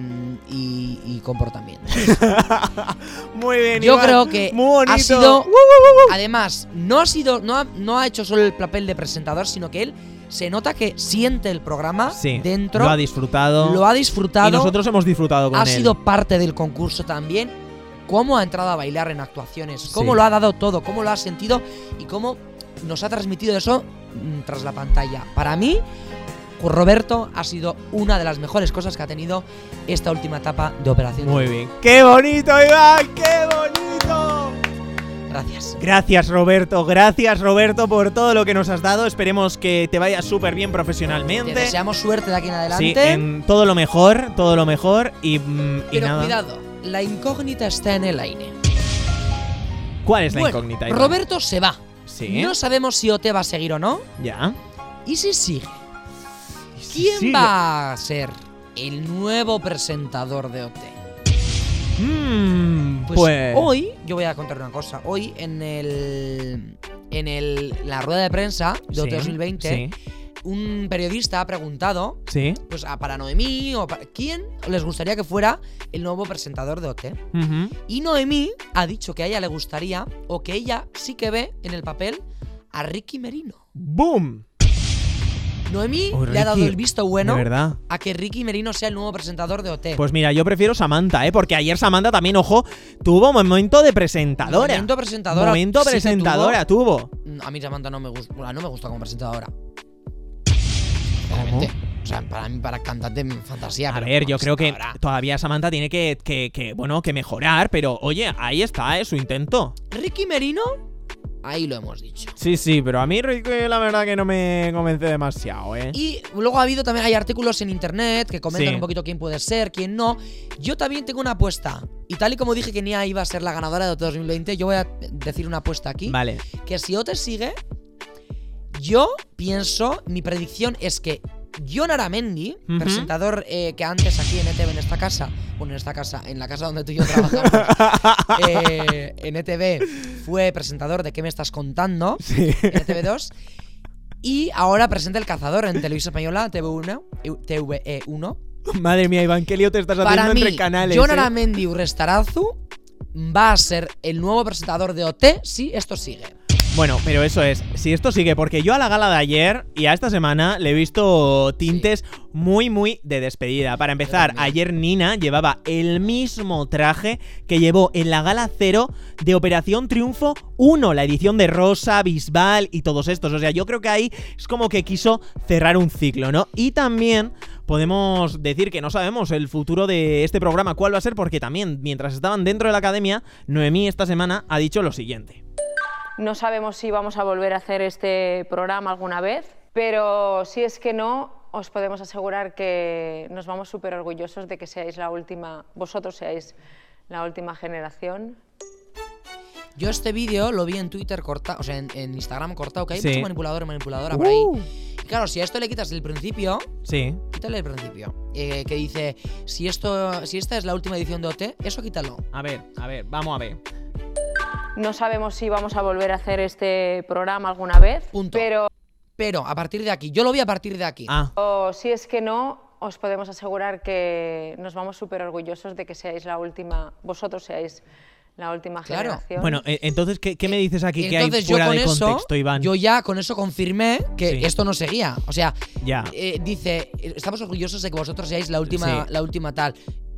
Speaker 3: y, y comportamiento.
Speaker 2: [laughs] Muy bien.
Speaker 3: Yo
Speaker 2: Iván.
Speaker 3: creo que
Speaker 2: Muy bonito.
Speaker 3: ha sido.
Speaker 2: Uh, uh, uh, uh.
Speaker 3: Además, no ha sido. No ha, no ha hecho solo el papel de presentador, sino que él se nota que siente el programa
Speaker 2: Sí,
Speaker 3: ¿Ah? dentro.
Speaker 2: Lo ha disfrutado.
Speaker 3: Lo ha
Speaker 2: Y
Speaker 3: disfrutado.
Speaker 2: nosotros hemos disfrutado con
Speaker 3: ha
Speaker 2: él.
Speaker 3: sido parte del concurso también. Cómo ha entrado a bailar en actuaciones, cómo
Speaker 2: Sí.
Speaker 3: lo ha dado todo, cómo lo ha sentido y cómo nos ha transmitido eso mm, tras la pantalla. Para mí, Roberto ha sido una de las mejores cosas que ha tenido esta última etapa de Operación.
Speaker 2: Muy bien. ¡Qué bonito, Iván! ¡Qué bonito!
Speaker 3: Gracias.
Speaker 2: Gracias, Roberto. Gracias, Roberto, por todo lo que nos has dado. Esperemos que te vaya súper bien profesionalmente.
Speaker 3: Te deseamos suerte de aquí en
Speaker 2: Sí,
Speaker 3: adelante.
Speaker 2: en todo lo mejor, todo lo mejor. Y, mm, y
Speaker 3: pero
Speaker 2: nada.
Speaker 3: cuidado, la incógnita está en el aire.
Speaker 2: ¿Cuál es la
Speaker 3: Bueno,
Speaker 2: incógnita? Iván?
Speaker 3: Roberto se va.
Speaker 2: Sí.
Speaker 3: No sabemos si OT va a seguir o no.
Speaker 2: Ya.
Speaker 3: ¿Y si sigue?
Speaker 2: Sí,
Speaker 3: ¿Quién
Speaker 2: sí.
Speaker 3: va a ser el nuevo presentador de OT?
Speaker 2: Mm, pues,
Speaker 3: hoy, yo voy a contar una cosa. Hoy en el. En el, la rueda de prensa de
Speaker 2: Sí,
Speaker 3: OT 2020
Speaker 2: sí.
Speaker 3: un periodista ha preguntado,
Speaker 2: Sí.
Speaker 3: pues a para Noemí o para quién les gustaría que fuera el nuevo presentador de OT.
Speaker 2: Ujú.
Speaker 3: Y Noemí ha dicho que a ella le gustaría o que ella sí que ve en el papel a Ricky Merino.
Speaker 2: ¡Boom!
Speaker 3: Noemí
Speaker 2: Oh,
Speaker 3: le ha dado
Speaker 2: Ricky,
Speaker 3: el visto bueno
Speaker 2: de verdad.
Speaker 3: a que Ricky Merino sea el nuevo presentador de OT.
Speaker 2: Pues mira, yo prefiero Samantha, ¿eh? Porque ayer Samantha también, ojo, tuvo momento de presentadora.
Speaker 3: Momento presentadora,
Speaker 2: Momento
Speaker 3: sí que
Speaker 2: presentadora tuvo.
Speaker 3: mm, a mí Samantha no me gusta, bueno, no me gusta como presentadora. Realmente. O sea, para mí, para cantante, mm, fantasía.
Speaker 2: A
Speaker 3: pero
Speaker 2: ver,
Speaker 3: como
Speaker 2: yo creo que
Speaker 3: presentadora.
Speaker 2: todavía Samantha tiene que, que- que, bueno, que mejorar, pero oye, ahí está, ¿eh? Su intento.
Speaker 3: Ricky Merino, ahí lo hemos dicho.
Speaker 2: Sí, sí, pero a mí Ricky la verdad que no me convence demasiado, ¿eh?
Speaker 3: Y luego ha habido también, hay artículos en internet que comentan
Speaker 2: Sí.
Speaker 3: un poquito quién puede ser, quién no. Yo también tengo una apuesta. Y tal y como dije que Nia iba a ser la ganadora de OT 2020, yo voy a decir una apuesta aquí.
Speaker 2: Vale. [laughs]
Speaker 3: Que si OT sigue, yo pienso, mi predicción es que Jon Aramendi,
Speaker 2: Ujú.
Speaker 3: presentador eh, que antes aquí en ETV, en esta casa, bueno, en esta casa, en la casa donde tú y yo
Speaker 2: [laughs]
Speaker 3: trabajamos, eh, en ETV, fue presentador de ¿Qué me estás contando?
Speaker 2: Sí.
Speaker 3: en E TV2. Y ahora presenta El Cazador en Televisión Española, TV1. eh, TVE1.
Speaker 2: Madre mía, Iván, qué lío te estás haciendo
Speaker 3: Para
Speaker 2: entre
Speaker 3: mí,
Speaker 2: canales.
Speaker 3: Jon
Speaker 2: ¿eh?
Speaker 3: Aramendi Urrestarazu va a ser el nuevo presentador de OT si esto sigue.
Speaker 2: Bueno, pero eso es, si esto sigue, porque yo a la gala de ayer y a esta semana le he visto tintes muy, muy de despedida. Para empezar,
Speaker 3: también.
Speaker 2: ayer Nina llevaba el mismo traje que llevó en la gala cero de Operación Triunfo 1, la edición de Rosa, Bisbal y todos estos. O sea, yo creo que ahí es como que quiso cerrar un ciclo, ¿no? Y también podemos decir que no sabemos el futuro de este programa, cuál va a ser, porque también mientras estaban dentro de la academia, Noemí esta semana ha dicho lo siguiente.
Speaker 7: No sabemos si vamos a volver a hacer este programa alguna vez, pero si es que no, os podemos asegurar que nos vamos súper orgullosos de que seáis la última, vosotros seáis la última generación.
Speaker 3: Yo este vídeo lo vi en Twitter cortado, o sea, en, en Instagram cortado, que hay
Speaker 2: Sí.
Speaker 3: mucho manipulador y manipuladora por ahí.
Speaker 2: Uh.
Speaker 3: Y claro, si a esto le quitas el principio,
Speaker 2: Sí.
Speaker 3: quítale el principio. eh, que dice, si, esto, si esta es la última edición de OT, eso quítalo.
Speaker 2: A ver, a ver, vamos a ver.
Speaker 7: No sabemos si vamos a volver a hacer este programa alguna vez,
Speaker 3: Punto.
Speaker 7: pero
Speaker 3: Pero a partir de aquí, yo lo vi a partir de aquí.
Speaker 2: Ah,
Speaker 7: si es que no, os podemos asegurar que nos vamos súper orgullosos de que seáis la última, vosotros seáis la última
Speaker 3: Claro.
Speaker 7: generación.
Speaker 2: bueno, eh, entonces, ¿qué, qué me dices aquí que hay
Speaker 3: Entonces yo
Speaker 2: fuera
Speaker 3: con
Speaker 2: de
Speaker 3: eso,
Speaker 2: contexto, Iván?
Speaker 3: yo ya con eso confirmé que
Speaker 2: Sí.
Speaker 3: esto no seguía. O sea,
Speaker 2: Ya.
Speaker 3: eh, dice, estamos orgullosos de que vosotros seáis la última,
Speaker 2: Sí.
Speaker 3: la última tal.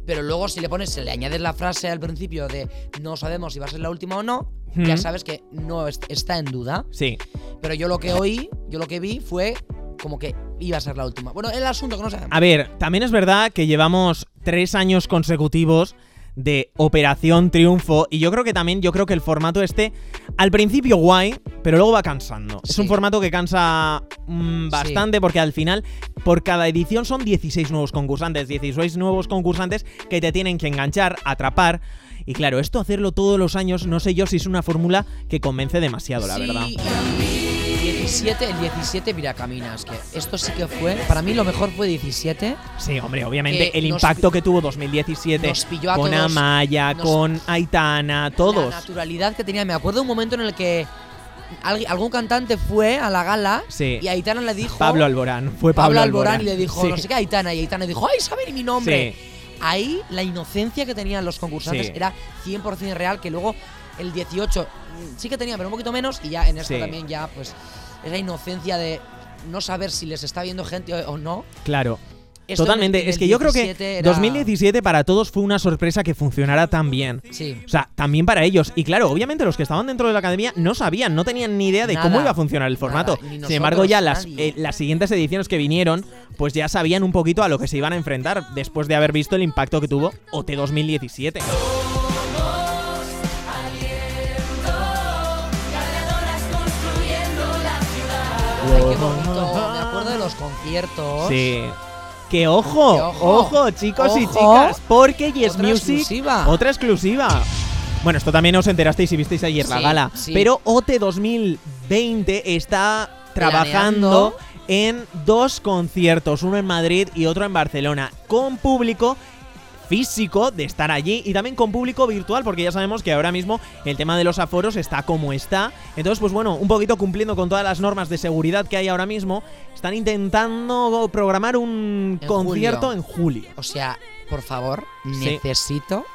Speaker 3: Pero luego si le pones, se le añades la frase al principio de no sabemos si va a ser la última o no,
Speaker 2: Ujú.
Speaker 3: ya sabes que no es- está en duda.
Speaker 2: Sí.
Speaker 3: Pero yo lo que oí, yo lo que vi fue como que iba a ser la última. Bueno, el asunto que no sabemos.
Speaker 2: A ver, también es verdad que llevamos tres años consecutivos de Operación Triunfo y yo creo que también, yo creo que el formato este, al principio guay, pero luego va cansando. Es
Speaker 3: Sí.
Speaker 2: un formato que cansa mm,
Speaker 3: Sí.
Speaker 2: bastante porque al final, por cada edición son 16 nuevos concursantes, 16 nuevos concursantes que te tienen que enganchar, atrapar. Y claro, esto hacerlo todos los años, no sé yo si es una fórmula que convence demasiado, la
Speaker 3: Sí,
Speaker 2: verdad.
Speaker 3: 17, el 17, mira, caminas, que esto sí que fue, para mí lo mejor fue 17,
Speaker 2: Sí, hombre, obviamente
Speaker 3: Que
Speaker 2: el
Speaker 3: nos
Speaker 2: impacto
Speaker 3: pi-
Speaker 2: que tuvo 2017
Speaker 3: nos pilló a
Speaker 2: con
Speaker 3: todos,
Speaker 2: Amaya,
Speaker 3: nos-
Speaker 2: con Aitana, todos.
Speaker 3: La naturalidad que tenía. Me acuerdo un momento en el que algui- algún cantante fue a la gala
Speaker 2: Sí.
Speaker 3: y Aitana le dijo.
Speaker 2: Pablo Alborán, fue Pablo,
Speaker 3: Pablo Alborán, y le dijo,
Speaker 2: Sí.
Speaker 3: no sé qué, Aitana. Y Aitana dijo, ¡ay, saben mi nombre! Ahí la inocencia que tenían los concursantes
Speaker 2: Sí.
Speaker 3: era 100% real, que luego el 18 mm, sí que tenía, pero un poquito menos. Y ya en esto
Speaker 2: Sí.
Speaker 3: también, ya, pues, esa inocencia de no saber si les está viendo gente o o no.
Speaker 2: Claro.
Speaker 3: Esto en el-
Speaker 2: Totalmente.
Speaker 3: en
Speaker 2: es
Speaker 3: el
Speaker 2: que yo creo que
Speaker 3: 17 era-
Speaker 2: 2017 para todos fue una sorpresa que funcionara tan bien.
Speaker 3: Sí.
Speaker 2: O sea, también para ellos. Y claro, obviamente los que estaban dentro de la academia no sabían, no tenían ni idea de
Speaker 3: Nada,
Speaker 2: cómo iba a funcionar el formato.
Speaker 3: nada, ni
Speaker 2: Sin embargo,
Speaker 3: nosotros,
Speaker 2: ya las,
Speaker 3: nadie.
Speaker 2: eh, las siguientes ediciones que vinieron, pues ya sabían un poquito a lo que se iban a enfrentar después de haber visto el impacto que tuvo OT 2017.
Speaker 3: Ay, qué bonito. Me acuerdo de los conciertos.
Speaker 2: Sí. Que ojo,
Speaker 3: Que
Speaker 2: ojo,
Speaker 3: ojo,
Speaker 2: chicos y
Speaker 3: ojo.
Speaker 2: chicas, porque Yes
Speaker 3: Otra
Speaker 2: Music,
Speaker 3: exclusiva.
Speaker 2: otra exclusiva. Bueno, esto también os enterasteis y visteis ayer la
Speaker 3: Sí,
Speaker 2: gala,
Speaker 3: sí.
Speaker 2: pero OT 2020 está trabajando
Speaker 3: Planeando.
Speaker 2: en dos conciertos, uno en Madrid y otro en Barcelona, con público físico de estar allí y también con público virtual, porque ya sabemos que ahora mismo el tema de los aforos está como está. Entonces, pues bueno, un poquito cumpliendo con todas las normas de seguridad que hay ahora mismo, están intentando programar un
Speaker 3: En
Speaker 2: concierto
Speaker 3: julio.
Speaker 2: en julio.
Speaker 3: O sea, por favor,
Speaker 2: Sí.
Speaker 3: necesito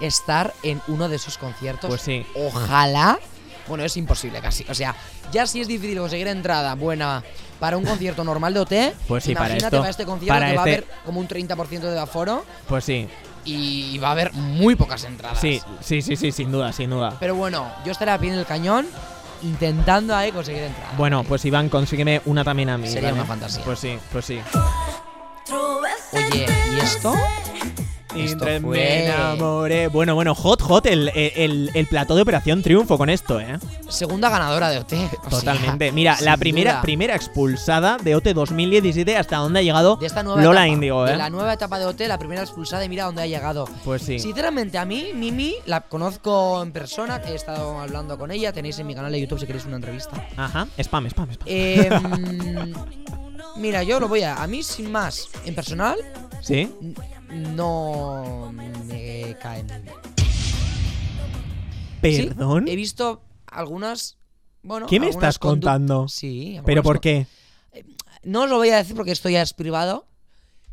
Speaker 3: estar en uno de esos conciertos.
Speaker 2: Pues sí.
Speaker 3: Ojalá. Bueno, es imposible casi. O sea, ya si es difícil conseguir entrada buena para un concierto normal de OT,
Speaker 2: Pues sí, para
Speaker 3: imagínate
Speaker 2: esto,
Speaker 3: este concierto
Speaker 2: para
Speaker 3: que va a
Speaker 2: este-
Speaker 3: haber como un 30% de aforo
Speaker 2: Pues sí,
Speaker 3: y va a haber muy pocas entradas.
Speaker 2: sí, sí, sí, sí, sin duda, sin duda.
Speaker 3: Pero bueno, yo estaré a pie en el cañón intentando ahí conseguir entrada.
Speaker 2: Bueno, pues Iván, consígueme una también a mí.
Speaker 3: Sería
Speaker 2: ¿vale?
Speaker 3: una fantasía.
Speaker 2: Pues sí, pues sí.
Speaker 3: Oye, ¿y esto? Esto
Speaker 2: Entre-
Speaker 3: fue-
Speaker 2: me enamoré. Bueno, bueno, hot, hot el, el- el plató de Operación Triunfo con esto, ¿eh?
Speaker 3: Segunda ganadora de OT. o sea,
Speaker 2: Totalmente. Mira, la
Speaker 3: sin
Speaker 2: primera,
Speaker 3: duda.
Speaker 2: primera expulsada de OT 2017 hasta donde ha llegado
Speaker 3: de esta nueva
Speaker 2: Lola
Speaker 3: etapa,
Speaker 2: Índigo,
Speaker 3: de
Speaker 2: ¿eh?
Speaker 3: la nueva etapa de OT, la primera expulsada y mira dónde ha llegado.
Speaker 2: Pues sí.
Speaker 3: Sinceramente, a mí, Mimi, la conozco en persona, he estado hablando con ella, tenéis en mi canal de YouTube si queréis una entrevista.
Speaker 2: Ajá. Spam, spam, spam.
Speaker 3: Eh, [laughs] mira, yo lo voy a... A mí, sin más, en personal,
Speaker 2: ¿Sí?
Speaker 3: n- no me cae muy bien. Sí,
Speaker 2: ¿Perdón?
Speaker 3: he visto algunas... Bueno,
Speaker 2: ¿Qué me
Speaker 3: algunas
Speaker 2: estás
Speaker 3: condu-
Speaker 2: contando?
Speaker 3: Sí. algunas
Speaker 2: ¿Pero por
Speaker 3: con-
Speaker 2: qué?
Speaker 3: No os lo voy a decir porque esto ya es privado,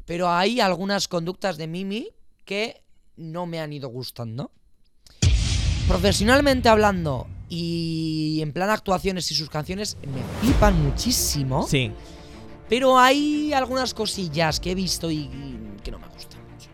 Speaker 3: pero hay algunas conductas de Mimi que no me han ido gustando. Profesionalmente hablando y en plan actuaciones y sus canciones me flipan muchísimo,
Speaker 2: Sí.
Speaker 3: pero hay algunas cosillas que he visto y y que no me gustan. mucho.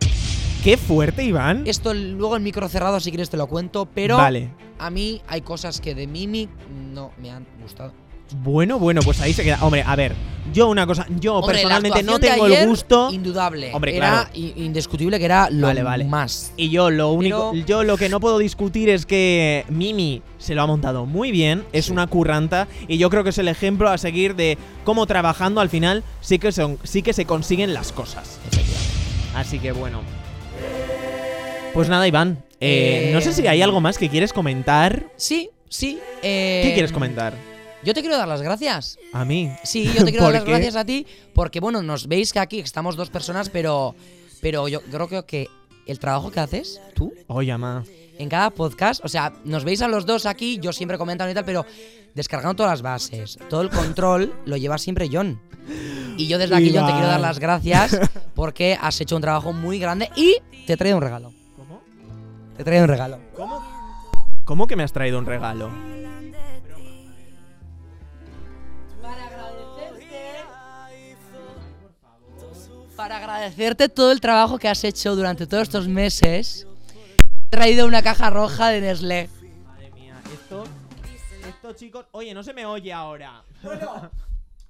Speaker 2: Qué fuerte, Iván.
Speaker 3: Esto luego en micro cerrado si quieres te lo cuento, pero
Speaker 2: Vale.
Speaker 3: a mí hay cosas que de Mimi no me han gustado.
Speaker 2: Bueno, bueno, pues ahí se queda. Hombre, a ver, yo una cosa, yo
Speaker 3: Hombre, la
Speaker 2: personalmente no
Speaker 3: actuación de
Speaker 2: tengo
Speaker 3: ayer,
Speaker 2: el gusto.
Speaker 3: Indudable.
Speaker 2: Hombre,
Speaker 3: era
Speaker 2: claro.
Speaker 3: i- indiscutible que era lo
Speaker 2: Vale, vale.
Speaker 3: más.
Speaker 2: Y yo lo único,
Speaker 3: Pero-
Speaker 2: yo lo que no puedo discutir es que Mimi se lo ha montado muy bien, es una curranta y yo creo que es el ejemplo a seguir de cómo trabajando al final sí que son, sí que se consiguen las cosas. Así que bueno. Pues nada, Iván. eh,
Speaker 3: Eh,
Speaker 2: No sé si hay algo más que quieres comentar.
Speaker 3: Sí, sí. eh,
Speaker 2: ¿Qué quieres comentar?
Speaker 3: Yo te quiero dar las gracias.
Speaker 2: A mí.
Speaker 3: Sí, yo
Speaker 2: [laughs]
Speaker 3: te quiero
Speaker 2: ¿Por
Speaker 3: dar las
Speaker 2: qué?
Speaker 3: gracias a ti porque, bueno, nos veis que aquí estamos dos personas, pero, pero yo creo que- que el trabajo que haces tú
Speaker 2: Oye, ma.
Speaker 3: en cada podcast, o sea, nos veis a los dos aquí, yo siempre comentando y tal, pero descargando todas las bases, todo el control lo lleva siempre John. Y yo desde aquí, John, te quiero dar
Speaker 2: Iván.
Speaker 3: las gracias porque has hecho un trabajo muy grande y te traigo un regalo.
Speaker 2: ¿Cómo?
Speaker 3: Te traigo un regalo.
Speaker 2: ¿Cómo? ¿Cómo que me has traído un regalo?
Speaker 3: Para agradecerte todo el trabajo que has hecho durante todos estos meses, he traído una caja roja de Nestlé.
Speaker 2: Madre mía, esto. Esto, chicos. Oye, no se me oye ahora.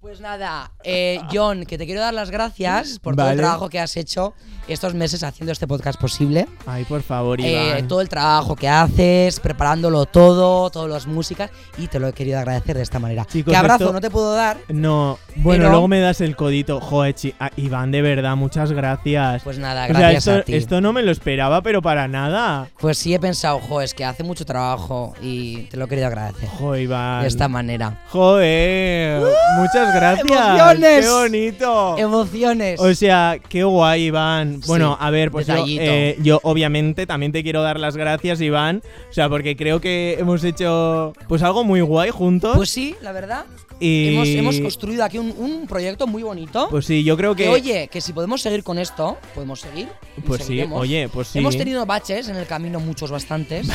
Speaker 3: Pues nada, eh, John, que te quiero dar las gracias por todo el
Speaker 2: Vale.
Speaker 3: trabajo que has hecho estos meses haciendo este podcast posible.
Speaker 2: Ay, por favor,
Speaker 3: Eh,
Speaker 2: Iván.
Speaker 3: todo el trabajo que haces, preparándolo todo, todas las músicas, y te lo he querido agradecer de esta manera.
Speaker 2: Chicos,
Speaker 3: que abrazo
Speaker 2: esto-
Speaker 3: no te puedo dar,
Speaker 2: No, bueno,
Speaker 3: Pero-
Speaker 2: luego me das el codito. Joder, chi- ah, Iván, de verdad, muchas gracias.
Speaker 3: pues nada,
Speaker 2: O sea,
Speaker 3: gracias
Speaker 2: esto,
Speaker 3: a ti.
Speaker 2: esto no me lo esperaba, pero para nada.
Speaker 3: Pues sí he pensado, jo, es que hace mucho trabajo y te lo he querido agradecer
Speaker 2: Joder, Iván.
Speaker 3: de esta manera.
Speaker 2: Joder, muchas gracias.
Speaker 3: ¡Uh! emociones.
Speaker 2: ¡Qué bonito!
Speaker 3: Emociones.
Speaker 2: O sea, qué guay, Iván. Bueno,
Speaker 3: Sí,
Speaker 2: a ver, pues yo,
Speaker 3: detallito.
Speaker 2: eh, yo obviamente también te quiero dar las gracias, Iván. O sea, porque creo que hemos hecho pues algo muy guay juntos.
Speaker 3: Pues sí, la verdad.
Speaker 2: y
Speaker 3: Hemos, hemos construido aquí un, un proyecto muy bonito.
Speaker 2: Pues sí, yo creo
Speaker 3: que,
Speaker 2: que...
Speaker 3: oye, que si podemos seguir con esto, podemos seguir. y
Speaker 2: Pues sí,
Speaker 3: seguiremos.
Speaker 2: oye, pues sí.
Speaker 3: Hemos tenido baches en el camino, muchos bastantes.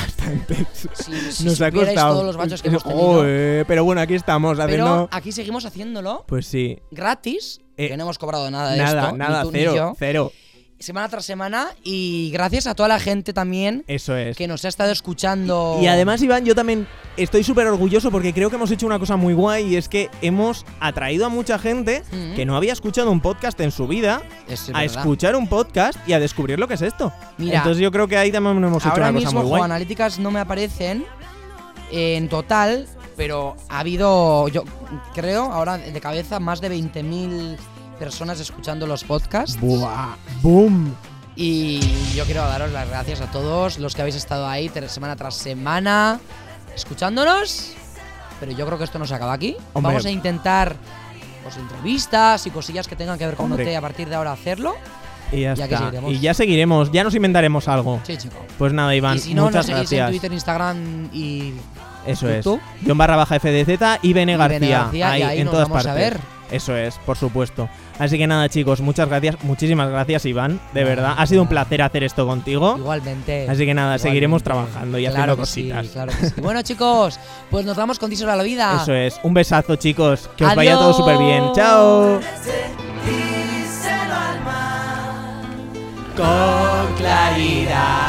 Speaker 3: Si- si
Speaker 2: Nos ha
Speaker 3: supierais
Speaker 2: costado.
Speaker 3: todos los baches que hemos tenido.
Speaker 2: Joder, pero bueno, aquí estamos haciendo...
Speaker 3: Pero aquí seguimos haciéndolo
Speaker 2: Pues sí.
Speaker 3: gratis.
Speaker 2: Eh,
Speaker 3: que no hemos cobrado nada de
Speaker 2: Nada,
Speaker 3: esto. ni
Speaker 2: nada,
Speaker 3: tú ni
Speaker 2: cero,
Speaker 3: yo.
Speaker 2: cero.
Speaker 3: Semana tras semana. Y gracias a toda la gente también
Speaker 2: Eso es.
Speaker 3: que nos ha estado escuchando.
Speaker 2: Y además, Iván, yo también estoy súper orgulloso porque creo que hemos hecho una cosa muy guay y es que hemos atraído a mucha gente
Speaker 3: Mm.
Speaker 2: que no había escuchado un podcast en su vida
Speaker 3: Es
Speaker 2: a
Speaker 3: verdad.
Speaker 2: escuchar un podcast y a descubrir lo que es esto.
Speaker 3: Mira,
Speaker 2: Entonces yo creo que ahí también hemos hecho
Speaker 3: Ahora
Speaker 2: una cosa
Speaker 3: mismo,
Speaker 2: muy guay.
Speaker 3: Juan, analíticas no me aparecen en total, pero ha habido, yo creo, ahora de cabeza, más de 20.000 personas escuchando los podcasts.
Speaker 2: Buah, boom.
Speaker 3: Y yo quiero daros las gracias a todos los que habéis estado ahí ter- semana tras semana escuchándonos. Pero yo creo que esto no se acaba aquí.
Speaker 2: Hombre.
Speaker 3: Vamos a intentar pues, entrevistas y cosillas que tengan que ver con
Speaker 2: Hombre.
Speaker 3: OT a partir de ahora hacerlo.
Speaker 2: Y ya,
Speaker 3: Ya que
Speaker 2: está.
Speaker 3: seguiremos.
Speaker 2: Y ya seguiremos, ya nos inventaremos algo.
Speaker 3: Sí, chico.
Speaker 2: Pues nada, Iván,
Speaker 3: y si no, nos
Speaker 2: muchas
Speaker 3: seguís en
Speaker 2: gracias.
Speaker 3: Twitter, Instagram y.
Speaker 2: Eso es.
Speaker 3: YouTube.
Speaker 2: John barra baja FDZ y Bene García.
Speaker 3: García,
Speaker 2: ahí,
Speaker 3: y ahí
Speaker 2: en
Speaker 3: nos
Speaker 2: todas
Speaker 3: vamos a
Speaker 2: partes.
Speaker 3: ver.
Speaker 2: Eso es, por supuesto. Así que nada, chicos, muchas gracias. Muchísimas gracias, Iván. De verdad, ha sido un placer hacer esto contigo.
Speaker 3: Igualmente.
Speaker 2: Así que nada,
Speaker 3: Igualmente.
Speaker 2: seguiremos trabajando y
Speaker 3: Claro
Speaker 2: haciendo
Speaker 3: que sí,
Speaker 2: cositas.
Speaker 3: claro que sí. Bueno, chicos, pues nos vamos con Tisora a la vida.
Speaker 2: Eso es. Un besazo, chicos. Que os vaya todo
Speaker 3: Adiós.
Speaker 2: súper bien. Chao.
Speaker 3: Con claridad.